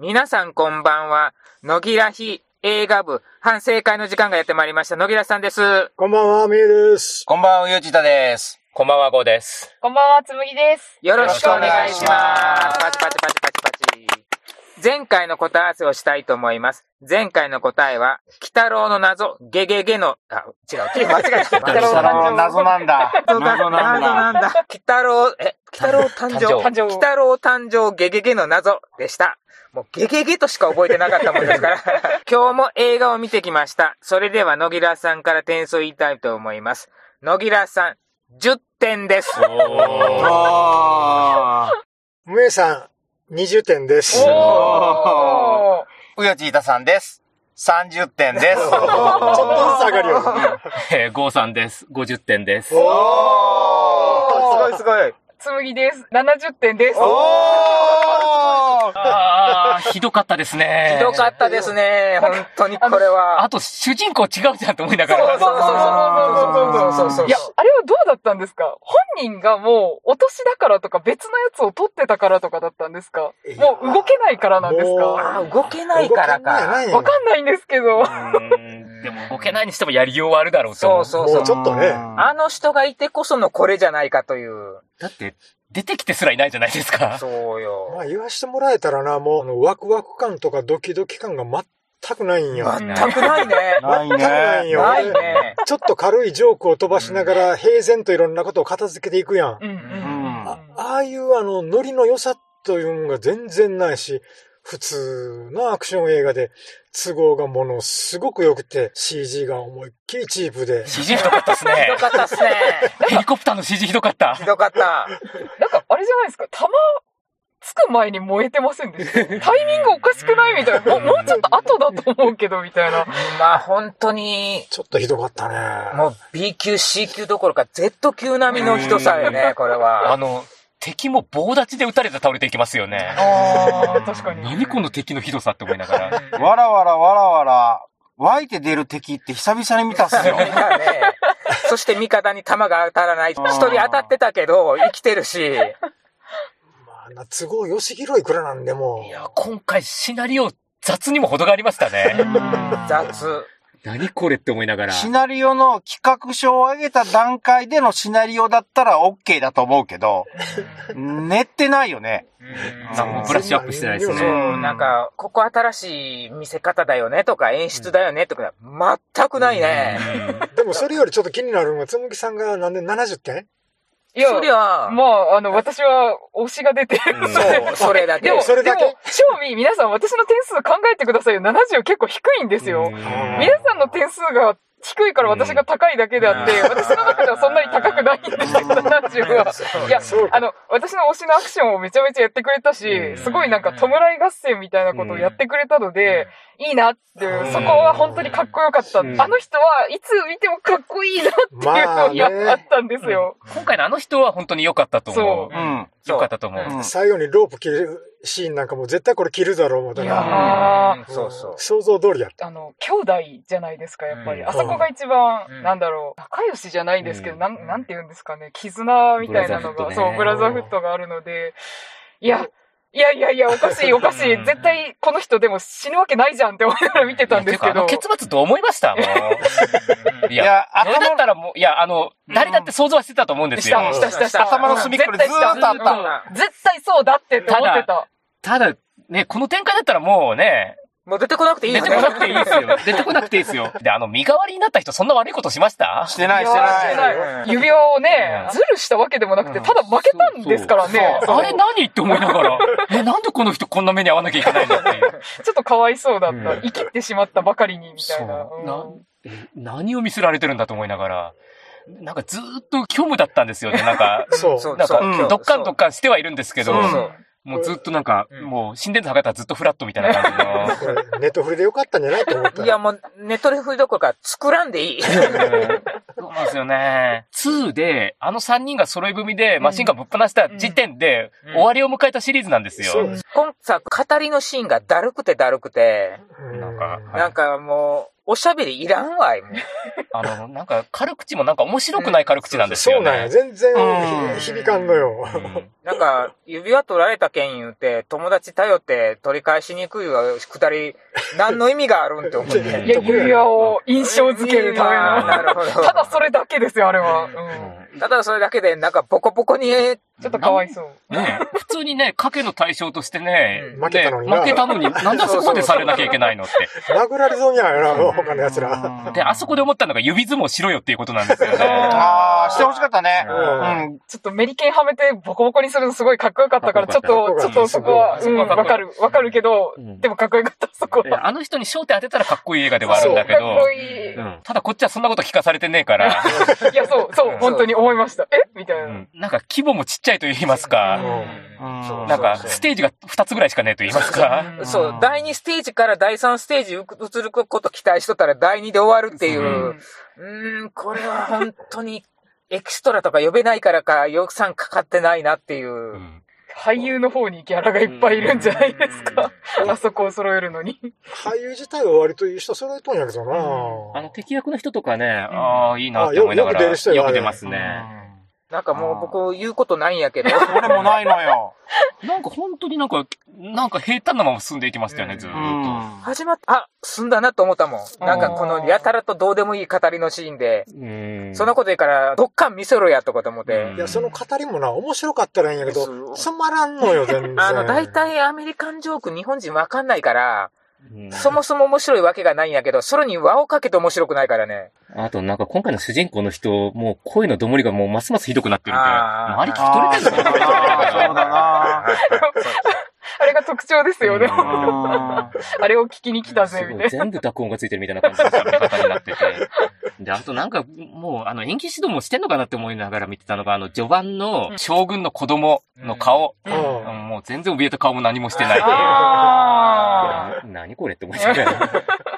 皆さんこんばんは。野木ら非映画部反省会の時間がやってまいりました。野木らさんです。こんばんは、みえです。こんばんは、ゆうじたです。こんばんは、ゴーです。こんばんは、つむぎです。よろしくお願いします。よろしくお願いパチパチパチパチパチ。前回の答え合わせをしたいと思います。前回の答えは、鬼太郎の謎、ゲゲゲの、あ、 違う、間違えた。鬼北郎太郎の謎なんだ。謎なんだ。鬼太郎、え、鬼太郎誕生。誕生鬼太郎誕生ゲゲゲの謎でした。もうゲゲゲとしか覚えてなかったもんですから。今日も映画を見てきました。それでは野木らさんから点数言いたいと思います。野木らさん、10点です。おおむえさん、20点です。おちょっー。ーうよちいたさんです。30点でとす。 ずつ上がるよ。ー。ゴーさんです。50点です。おおーすごいすごい。つむぎです。70点です。おーあー、ひどかったですね。ひどかったですね。本当にこれは。あと、主人公違うじゃんと思いながそうそうら。そうそうそうそうそうそうそういいやや、あれはどうだったんですか本人がもう、お年だからとか、別のやつを取ってたからとかだったんですかもう動けないからなんですもうかあー動けないからか。わかんないんですけど。うんでも、ボケないにしてもやりようはあるだろうとそ思うう。そうもそううち。ょっとね。あの人がいてこそのこれじゃないかという。だって、出てきてすらいないじゃないですか。そうまよ。あ言わしてもらえたらな、もう、あのワクワク感とかドキドキ感が全くないんよ。全くないね。ない全くないね よ。ないね。ちょっと軽いジョークを飛ばしながら、平然といろんなことを片付けていくやん。うんうんうんあああいうあの、ノリの良さというのが全然ないし、普通のアクション映画で都合がものすごく良くて、CG が思いっきりチープで、 CG ひどかったですひね ど。かったっすね。ヘリコプターの CG ひどかったひ。どかった。なんか、あれじゃないですか。弾、つく前に燃えてませんでした。タイミングおかしくないみたいな。もうもうちょっと後だと思うけど、みたいな。まあ本当に、ちょっとひどかったね。もう B 級、C 級どころか Z 級並みの人さよね、これあは。の、敵も棒立ちで撃たれて倒れていきますよね。あー確かに。 何この敵のひどさって思いながら。わらわらわらわら、湧いて出る敵って久々に見たっすよ。みんなね。そして味方に弾が当たらない。一人当たってたけど、生きてるし。まあな、都合良すぎるいくらなんでもい。や、今回シナリオ雑にも程がありましたね。 雑。 何これって思いながら。シナリオの企画書を上げた段階でのシナリオだったら OK だと思うけど、練ってないよね。なんかもうブラッシュアップしてないですそうね。、なんか、ここ新しい見せ方だよねとか演出だよねとか、全くないね。でもそれよりちょっと気になるのが、つむぎさんがなんで70点いやそりゃ、まあ、あの、私は推しが出てるので。そう、それだけで。も、それでだもけ、賞味、皆さん私の点数考えてくださいよ。70結構低いんですよ。ん皆さんの点数が低いから私が高いだけであって、うん私の中ではそんなに高くないんですけど、70は。いや、そうかあの、私の推しのアクションをめちゃめちゃやってくれたし、すごいなんか弔い合戦みたいなことをやってくれたので、いいなっていう、そこは本当にかっこよかった。あうんの人はいつ見てもかっこいいなってまあいうのがあっね、たんですよ。今回のあの人は本当に良かったと思う。うん。うん良かったと思う。うん最後にロープ切るシーンなんかもう絶対これ切るだろう、またいな。やーうんそうそう。想像通りやった。あの、兄弟じゃないですか、やっぱり。うんあそこが一番、うんなんだろう、仲良しじゃないですけど、うんなん、なんて言うんですかね、絆みたいなのが、ブラザーフットねそう、ブラザーフットがあるので、いや、いやいやいや、おかしい、おかしい、うん絶対この人でも死ぬわけないじゃんって思いながら見てたんてですいうか、けあのど。結末どう思いましたも ういいや、や、あれだ頭ったらもう、いや、あの、誰だって想像はしてたと思うんですよ。した、した、した、した。頭の隅っこにずーっとあっ。絶対したた。絶対そうだってって思ってた。ただ、ね、この展開だったらもうね、もう出てこなくていい出てこなくていいですよ。 出てこなくていいですよ。で、あの、身代わりになった人、そんな悪いことしましたしてない、いしやてーない。うん指輪をねう、んズルしたわけでもなくて、ただ負けたんですからね。あれ何って思いなが ら、え、なんでこの人こんな目に遭わなきゃいけないんだっていう。ちょっとかわいそうだった。うん生きてしまったばかりに、みたそいな。う。うんな、え 何を見せられてるんだと思いながら、なんかずーっと虚無だったんですよね、なん か。そう。そうなんか、そううんどっかんどっかんしてはいるんですけど、そうそうもうずっとなんか、うんもう、神殿の博多はずっとフラットみたいな感じの。これネットフリでよかったんじゃないと思っう。たら。いや、もう、ネットリフどころか作らんで いい。そうなんですよね。2で、あの3人が揃い踏みでマシンガンぶっ放した時点で、うん終わりを迎えたシリーズなんですそうよ。です今作、語りのシーンがだるくてだるくて、うんなんかなんかもおしゃべりいらんわい、もう。あの、なんか、軽口もなんか面白くない軽口なんですそようなんや。ね。全然うんひ響かんのよ。うんなんか、指輪取られた件言うて、友達頼って取り返しにくいわ、くだり、何の意味があるんって思うね。 いや、指輪を印象付けるためあーなの。る ほど。ただそれだけですよ、あれは。うんうただそれだけで、なんかボコボコに、えちょっとかわいそう。んねえ 普通にね、賭けの対象としてねう、んね負けたのにな負けたの に、なんであそこまでされなきゃいけないのって。殴られそうにゃやな、他の奴ら。で、あそこで思ったのが指相撲しろよっていうことなんですよね。ああ、してほしかったね。うんうん。ちょっとメリケンはめてボコボコにするのすごいかっこよかったから、ちかょっっと、こちょっとそこは、ううんん、わかる、わかるけどうん、でもかっこよかった、そこでは。あの人に焦点当てたらかっこいい映画ではあるんだけそうかっこど、いい。うんただこっちはそんなこと聞かされてねえから、いや、そう、そう、本当に思いました。えみたいな。うんなんか規模もちっちゃいと言いますか、うんなんかステージが2つぐらいしかねえと言いますか、そう、第2ステージから第3ステージ移ること期待しとったら第2で終わるっていうう。んうーん、これは本当に、エキストラとか呼べないからか、予算かかってないなっていう。うん俳優の方にギャラがいっぱいいるんじゃないですか。あそこを揃えるのに。俳優自体は割といい人揃えとんやけどな。あの敵役の人とかね、うんああ、いいなって思いながら、あよく出る人よよく出ますね。ね。なんかもう僕言うことないんやけど。俺もないのよ。なんか本当になんか、なんか平坦なまま進んでいきましたよね、ずーうっん。始まった、あ、済んだなと思ったもん。なんかこのやたらとどうでもいい語りのシーンで、と。うんそんなこと言うから、どっかん見せろやとかと思っうてんい。や、その語りもな、面白かったらいいんやけそど、うつまらんのよ、全然。あの、大体アメリカンジョーク日本人わかんないから、うんそもそも面白いわけがないんやけど、それに輪をかけて面白くないからね。あとなんか今回の主人公の人、もう声のどもりがもうますますひどくなってるんで、あー周り聞き取ああ、れてそるうのだかなな。 あれが特徴ですよね。うんあ あれを聞きに来たぜ、すみごたいいな。全部濁音がついてるみたいな感じの方になってて。 で、あとなんか、もう、あの、演技指導もしてんのかなって思いながら見てたのが、あの、序盤の将軍の子供の顔。うんうんもう全然怯えた顔も何もしてないっていう。あいや何これって思いながら。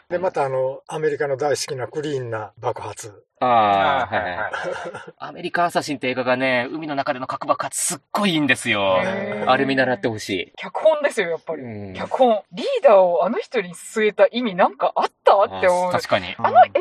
で、またあの、アメリカの大好きなクリーンな爆発。 あああ、はいはい。アメリカンアサシンって映画がね、海の中での核爆発すっごいいいんですよ。へーあれ見習ってほし脚本ですよ、やっぱい。り。うん脚本。リーダーをあの人に据えた意味なんかあったって思うあ。確 かに。あの描き方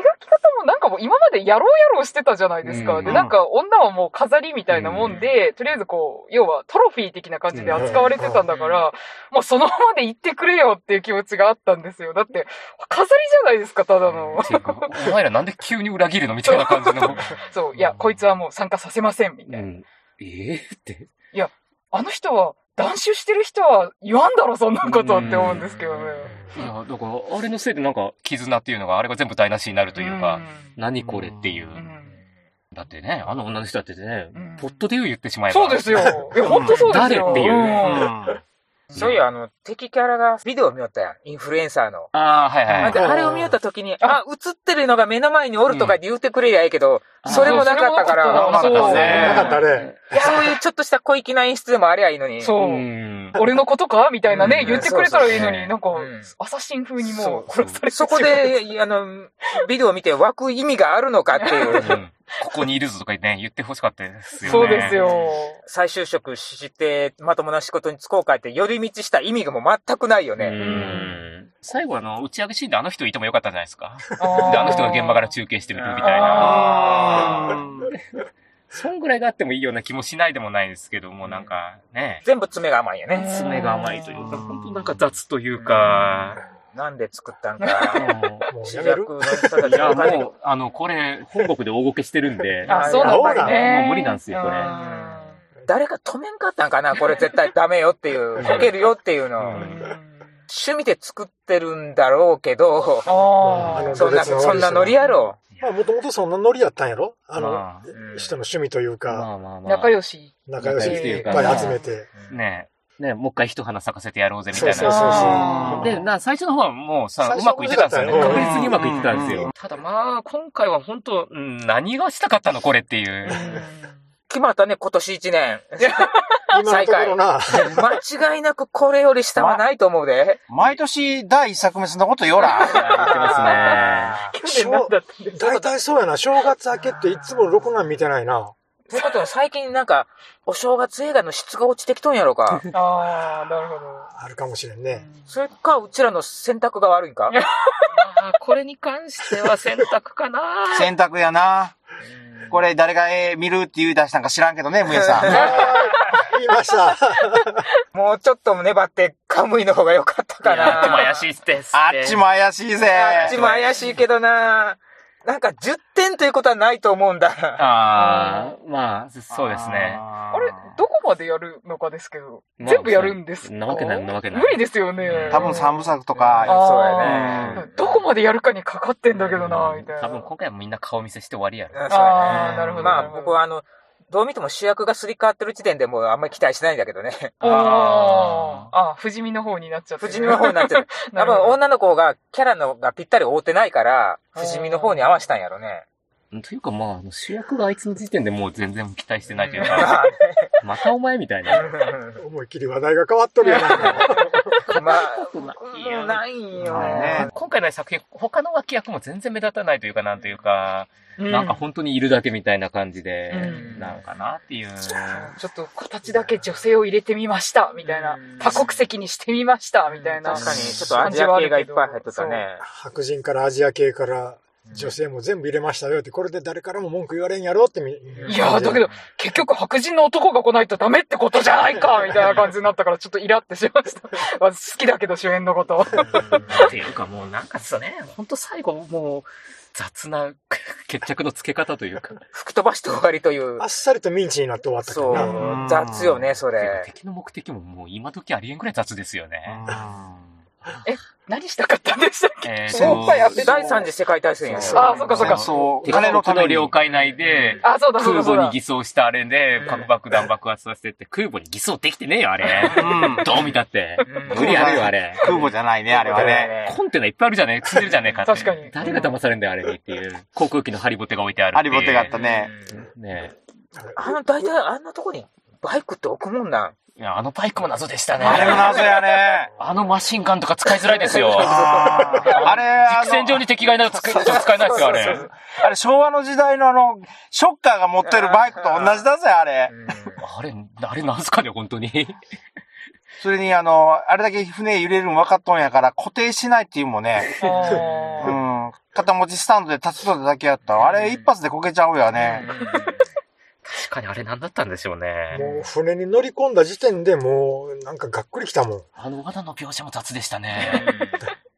もなんかもう今までやろうやろうしてたじゃないですか。うんで、なんか女はもう飾りみたいなもんで、とりあえずこう、要はトロフィー的な感じで扱われてたんだから、もうそのままで行ってくれよっていう気持ちがあったんですよ。だって、飾りじゃないですか、ただの。ていうかお前らなんで急に裏切るのみたいな感じの。そう、いや、こいつはもう参加させません、 みたいうな。んええって。あの人は、断酒してる人は言わんだろ、そんなことって思うんですけどね。いや、だから、あれのせいでなんか、絆っていうのが、あれが全部台無しになるというか、何これっていう。うん。うんだってね、あの女の人だってね、うんポットで言ってしまえば。そうですよ。いや、ほんとそうですよ。 誰っていうん そういうあの、敵キャラがビデオ見よったやん。インフルエンサーの。ああ、はいはいでうんあれを見よった時に、あ、映ってるのが目の前におるとかって言ってくれりゃええけど、うんそれもなかったかあら、そうなかったなかったねね。そういうちょっとした小粋な演出でもありゃいいのに。そうう。ん。俺のことかみたいなねう、ん言ってくれたらいいのに、そうなんかうん、アサシン風にそもうう殺されてしまそうこ、で、あの、ビデオ見て湧く意味があるのかっていう う。んここにいるぞとかね、言ってほしかったですよね。そうですよ。再就職して、まともな仕事に就こうかって、寄り道した意味がもう全くないようね。ん。最後あの、打ち上げシーンであの人いてもよかったじゃないですか。あで、あの人が現場から中継してみるみたいな。あそんぐらいがあってもいいような気もしないでもないですけども、なんかね、全部爪が甘いよね。爪が甘いというか、本当なんか雑というか、なんで作ったんか。もう主やめ役るの人たちいや、がもう、あの、これ、本国で大ごけしてるんで、あ、そうなんだね。もう無理なんですよこれれ。誰か止めんかったんかなこれ絶対ダメよっていう、こけるよっていうのうを。ん趣味で作ってるんだろうけど、あうんあ。そんな、そんなノリやろ。まあ、もともとそんなノリやったんやろあの、 まあうん人の趣味というまか、あまあまあ。仲良し。仲良し仲良しといいっうかぱい集めて。ねねもう一回一花咲かせてやろうぜ、みたそういそうな。そうあそーう。で、な、最初の方はもうさ、最う初まくいってたんですよね。うま確くいってたよ実にうまくいってたんですうよん。ただまあ、今回は本当、うん何がしたかったのこれっていう。決まったね、今年一年。今のところな、間違いなくこれより下はないと思うで。毎年第一作目そんなこと言おら。言って ますね。去年なんだったんですか大体そうやな、正月明けっていつも録画見てないな。ということは最近なんか、お正月映画の質が落ちてきとんやろ か。ああ、なるほど。あるかもしれんね。それか、うちらの選択が悪いんか。あーこれに関しては選択かな選択やな。これ誰がえー見るって言う出したんか知らんけどね、むえさん。言いました。 もうちょっと粘って、カムイの方が良かったかいやな。あっちも怪しいですって。あっちも怪しいぜ。あっちも怪しいけどな。なんか10点ということはないと思うんだ。ああ、まあ、そうですね。ああれ、どこまでやるのかですけど、まあ全部やるんですかなわけないなわけない無理ですよね。多分三部作とあか、ーそうやね。どこまでやるかにかかってんだけどな、みたいな。多分今回はみんな顔見せして終わりやろ。あそうやあーねなるほどまなあるほど僕はあの、どう見ても主役がすり替わってる時点でもうあんまり期待しないんだけど ね。おーああ、不死身の方になっちゃってる。不死身の方に なっちゃってる。多 なるほ分ど女の子がキャラのがぴったり合うてないから、不死身の方に合わしたんやろね。というかまああの、主役があいつの時点でもう全然期待してないというか、 ま またお前みたいな。思いっきり話題が変わっとるよな。 あ、まあ、いやないよ。ね今回の作品、他の脇役も全然目立たないというか、なんというか、うんなんか本当にいるだけみたいな感じでう、んなのかなっていう。ちょっと形だけ女性を入れてみました、みたいなうん。多国籍にしてみました、みたいな。確かに、ちょっとアジア系がいっぱい入ってたね。白人からアジア系から女性も全部入れましたよって、これで誰からも文句言われんやろってみ。いやー、だけど、結局白人の男が来ないとダメってことじゃないかみたいな感じになったから、ちょっとイラってしました。まあ好きだけど、主演のこと。っていうかもうなんかですね、本当最後もう雑な 決着のつけ方というか、吹き飛ばして終わりというあ。っさりとミンチになって終わったからそな。う、雑よね、それ。敵の目的ももう今時ありえんくらい雑ですよね。何したかったんでしたっけえーそとうやって第三次世界大戦やね。あーそっかそっかそう、敵金ののた国めのに。領海内で、あ、そうだそう空だそう母にだ。偽装したあれで、核爆弾爆発させてって、空母に偽装できてねえよ、あれ。うんどう見たって。うん無理あるよ、あれ。空母じゃないね、あれはね。コンテナいっぱいあるじゃねえ、積んでるじゃねえかって。確かに誰が騙されんだよ、あれにっていう。航空機のハリボテが置いてあるハっていリう。ボテがあったね。ねあの、大体あんなとこにバイクって置くもんなん。え。いや、あのバイクも謎でしたね。あれも謎やね。あのマシンガンとか使いづらいですよ。あーあれ、あ実戦場の、に敵がいないと使使えないですよ、あそれうそう。あれ昭和の時代のあの、ショッカーが持ってるバイクと同じだぜ、あれ。あれ、あれなんすかね、本当に。それにあの、あれだけ船揺れるん分かっとんやから、固定しないっていうもん ね。うあん。肩持ちスタンドで立つとっただけやった。あれ一発でこけちゃうよね。確かにあれ何だったんでしょうね。もう船に乗り込んだ時点でもうなんかがっくりきたもん。あの罠の描写も雑でしたね。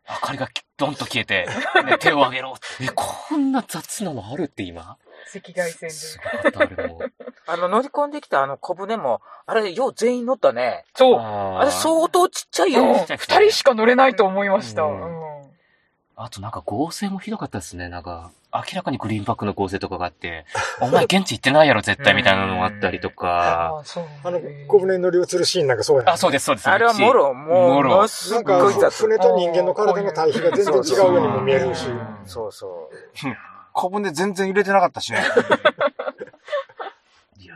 明かりがドンと消えて、ね手を上げろ。え、こんな雑なのあるって今ー赤外線で。すごかった、あれも。あの、乗り込んできたあの小舟も、あれ、よう全員乗ったね。そう。ああれ、う。相当ちっちゃいうんよ。二人しか乗れないと思いました。ううんんあとなんか合成もひどかったですね。なんか、明らかにグリーンバックの合成とかがあって、お前現地行ってないやろ、絶対みたいなのもあったりとか。あ、そう。あの小舟に乗り移るシーンなんかそうやなあ、そうです、そうです。あれはもろ、ももう、ろものすなんごかい雑。船と人間の体の対比が全然違うようにも見えるし。うんそうそう。小分で全然揺れてなかったし ね。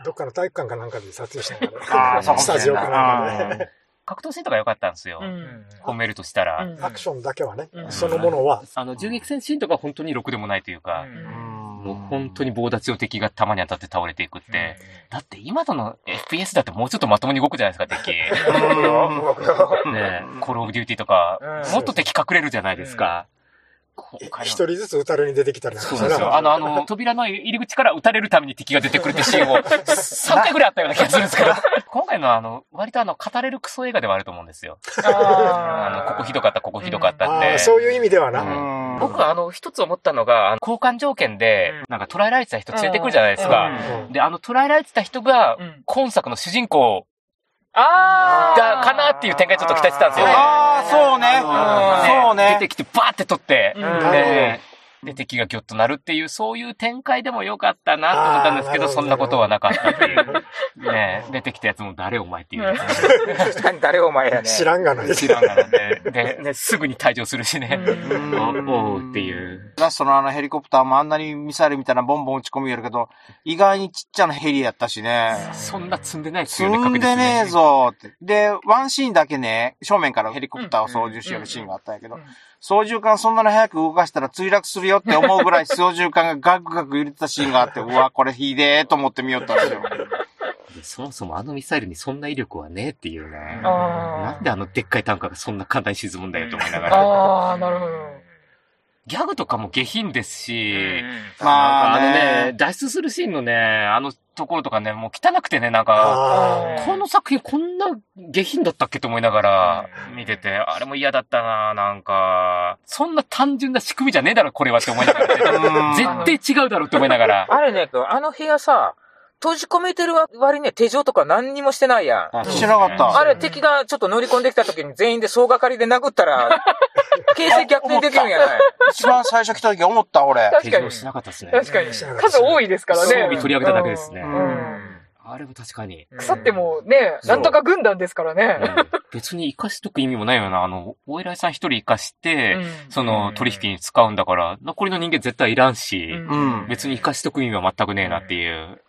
どっかの体育館かなんかで撮影したのあかあ、そら、うかスもタしジれオんかなんかで。な。うん格闘シーンとか良かったんですよう。うんん褒めるとしたら。うんアクションだけはね、うんそのものは、あの、銃撃戦シーンとか本当にろくでもないというか、もう本当に。に棒立ちを敵が弾に当たって倒れていくって。だって今との FPS だってもうちょっとまともに動くじゃないですか、敵。うんねえ、コールオブデューティーとか、うんもっと敵隠れるじゃないですか。今回の一人ずつ撃たれに出てきたりなんかそうしなたんですよ。ら、あの、あの、扉の入り口から撃たれるために敵が出てくるって シーンを3回ぐらいあったような気がするんですけど、今回のあの、割とあの、語れるクソ映画ではあると思うんですよ。ああの、ここひどかった、ここひどかったっあてあ、。そういう意味ではうな。ん僕はあの、一つ思ったのが、あの交換条件で、なんか捕らえられてた人連れてくるじゃないですうか。で、あの、捕らえられてた人がう、ん今作の主人公あーだ、かなっていう展開ちょっと期待してたんですよね。ああ、そうあね。のそうね出。てきて、バーって取って、うんで、で、敵がギョッとなるっていう、そういう展開でもよかったなと思ったんですけど、あーなるほどそんなことはなかったっていう。ねえ出てきたやつも誰お前っていうやつ。確かに誰お前やね。知らんがな。知らんからね。で、ね、すぐに退場するしね。うんおおうっていう。ラストのあのヘリコプターもあんなにミサイルみたいなボンボン打ち込みやるけど、意外にちっちゃなヘリやったしね。そんな積んでないです積よね、んでねえ確実に。ぞって。で、ワンシーンだけね、正面からヘリコプターを操縦しよるシーンがあったんやけどうんうんうん、操縦桿そんなに早く動かしたら墜落するよよって思うぐらい、数十間がガクガク揺れてたシーンがあって、うわ、これひでえと思って見よったんですよ。そもそもあのミサイルにそんな威力はねえっていうね。あなんであのでっかいタンカーがそんな簡単に沈むんだよと思いながあ。ら。ああ、なるほど。ギャグとかも下品ですし、ままああ、ねあのね、脱出するシーンのね、あのところとかね、もう汚くてね、なんか、ああーこの作品こんな下品だったっけと思いながら見てて、あれも嫌だったな、なんか、そんな単純な仕組みじゃねえだろ、これはって思いながら。 うん絶対違うだろうって思いな がら。あれね、あの部屋さ、閉じ込めてる割には手錠とか何にもしてないやん。あ知らなかった。あれ敵がちょっと乗り込んできた時に全員で総掛かりで殴ったら、 形勢逆転できるんやない一番最初来た時思った、俺。確手かに錠。しなかったですね。確かに。うん数多いですから装ね。備取り上げただけですね。ううんん。あれも確かに。腐ってもね、そなうんとか軍団ですからうね。ん別に生かしとく意味もないよな。あの、お偉いさん一人生かして、うんそうのん取引に使うんだから、残りの人間絶対いらんし、うん別に生かしとく意味は全くねえなっていう。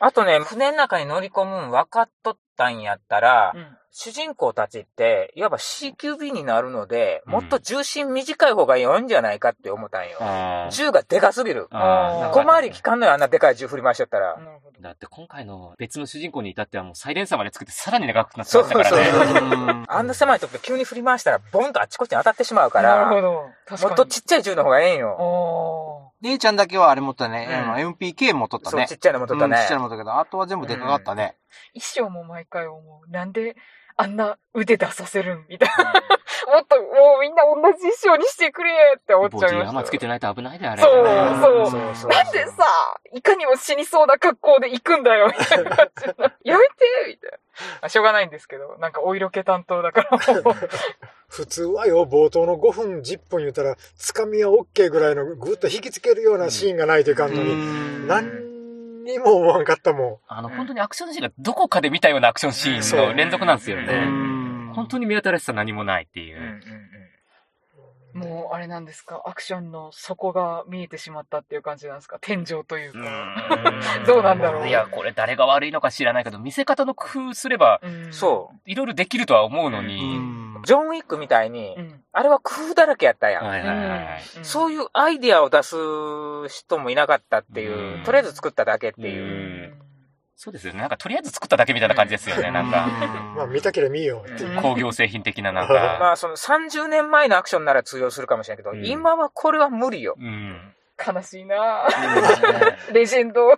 あとね、船の中に乗り込むん分かっとったんやったら、うん主人公たちって、いわば CQB になるので、もっと重心短い方が良いんじゃないかって思ったんよ。あー銃がでかすぎる。あーなんか小回り効かんのよ、あんなでかい銃振り回しちゃったら。なるほどだって今回の別の主人公に至ってはもうサイレンサーまで作ってさらに長くなってそまうしそたうからそう。ね。うんあんな狭いとこで急に振り回したら、ボンとあっちこっちに当たってしまうかなら、るほもど。確かに。っとちっちゃい銃の方がええんよ。あ姉ちゃんだけはあれ持ったね。うんあの MPK も取ったそう、ねち。っちゃいのも取ったうんねちっ。ちゃいのも取ったけど、あとは全部でかかったね。ー衣装も毎回思う。なんで、あんな腕出させるんみたいな。 もっと、もうみんな同じ衣装にしてくれって思っボちデゃいィまアーしマーた。つけてないと危ないであれ。そうそうそうそうなんでさ、いかにも死にそうな格好で行くんだよ、みたいな感じの。 やめてみたいな。まあしょうがないんですけど、なんかお色気担当だ からもう。普通はよ、冒頭の5分、10分言ったら、つかみは OK ぐらいの、ぐっと引きつけるようなシーンがないといかんのに、うん何にも思わんかったもあの、本当にアクションシーンがどこかで見たようなアクションシーンの連続なんですようね。ん本当に目新しさ何もないっていううんうんうんう。もう、あれなんですか、アクションの底が見えてしまったっていう感じなんですか、天井というか。うんどうなんだろういや、これ誰が悪いのか知らないけど、見せ方の工夫すれば、うんそいろいろできるとは思うのうに。んう。ジョン・ウィックみたいに、うん。あれは工夫だらけやったやん。はいはいはい。そういいうアイディアを出す人もいなかったっていう、うんとりあえず作っただけっていう。うんそうですよね。なんかとりあえず作っただけみたいな感じですよね。なんか、ん。まあ、見たけりゃ見ようっていう。うん工業製品的ななんまか。あその30年前のアクションなら通用するかもしれないけど、うん今はこれは無理よ。うん。悲しいなぁレジェンド。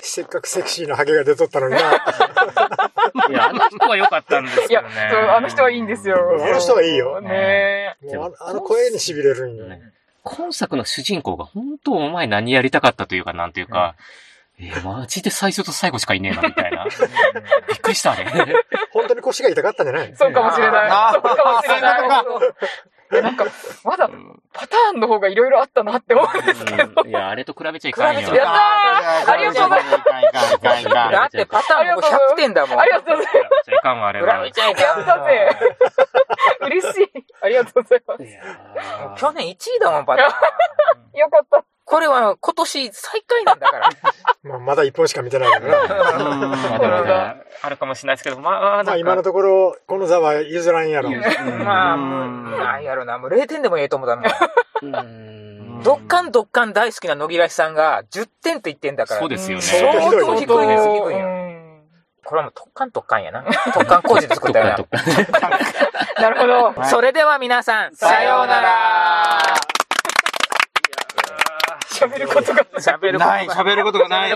せっかくセクシーなハゲが出とったのにな。いや、あの人は良かったんですいやよね。、そうあの人はいいんですよ。あの人はいいよねもうあのあの声に痺れるんよ。ね今作の主人公が本当お前何やりたかったというかなんていうか、えー、マジで最初と最後しかいねえなみたいな。びっくりしたあれ。本当に腰が痛かったんじゃないえそうかもしれない。あそうかもしれない。あいやなんか、まだパターンの方がいろいろあったなって思うんですけど。うんいや、あれと比べちゃいかん比よべ。ちゃいやったーありがとうございます。いかんいかんいかんいか んだってパターンもこれ100点だもん。ありがとうござい比べちゃいかんわ、あれ裏は。見いちゃいやったぜかます。嬉しい。ありがとうございまやんー去年1位だもん、パターン。す。よかった。これは今年最下位なんだから。まあ、まだ一本しか見てないからな。うんまだまだ あるかもしれないですけど、まあ、まなあ、ん今のか、ところ、この座は譲らんやろ。まあ、もう、なんやろな、もう0点でもええと思ったもん。うーんドッカンドッカン大好きな野木らしさんが10点って言ってんだから。そうですよね。相当低いです、低いうんよ。これはもう特艦特艦やな。特艦工事で作ったよ なと。かとかなるほど。はいそれでは皆さん、さよさよううならなら喋ることが。喋ることない、が喋ることがない。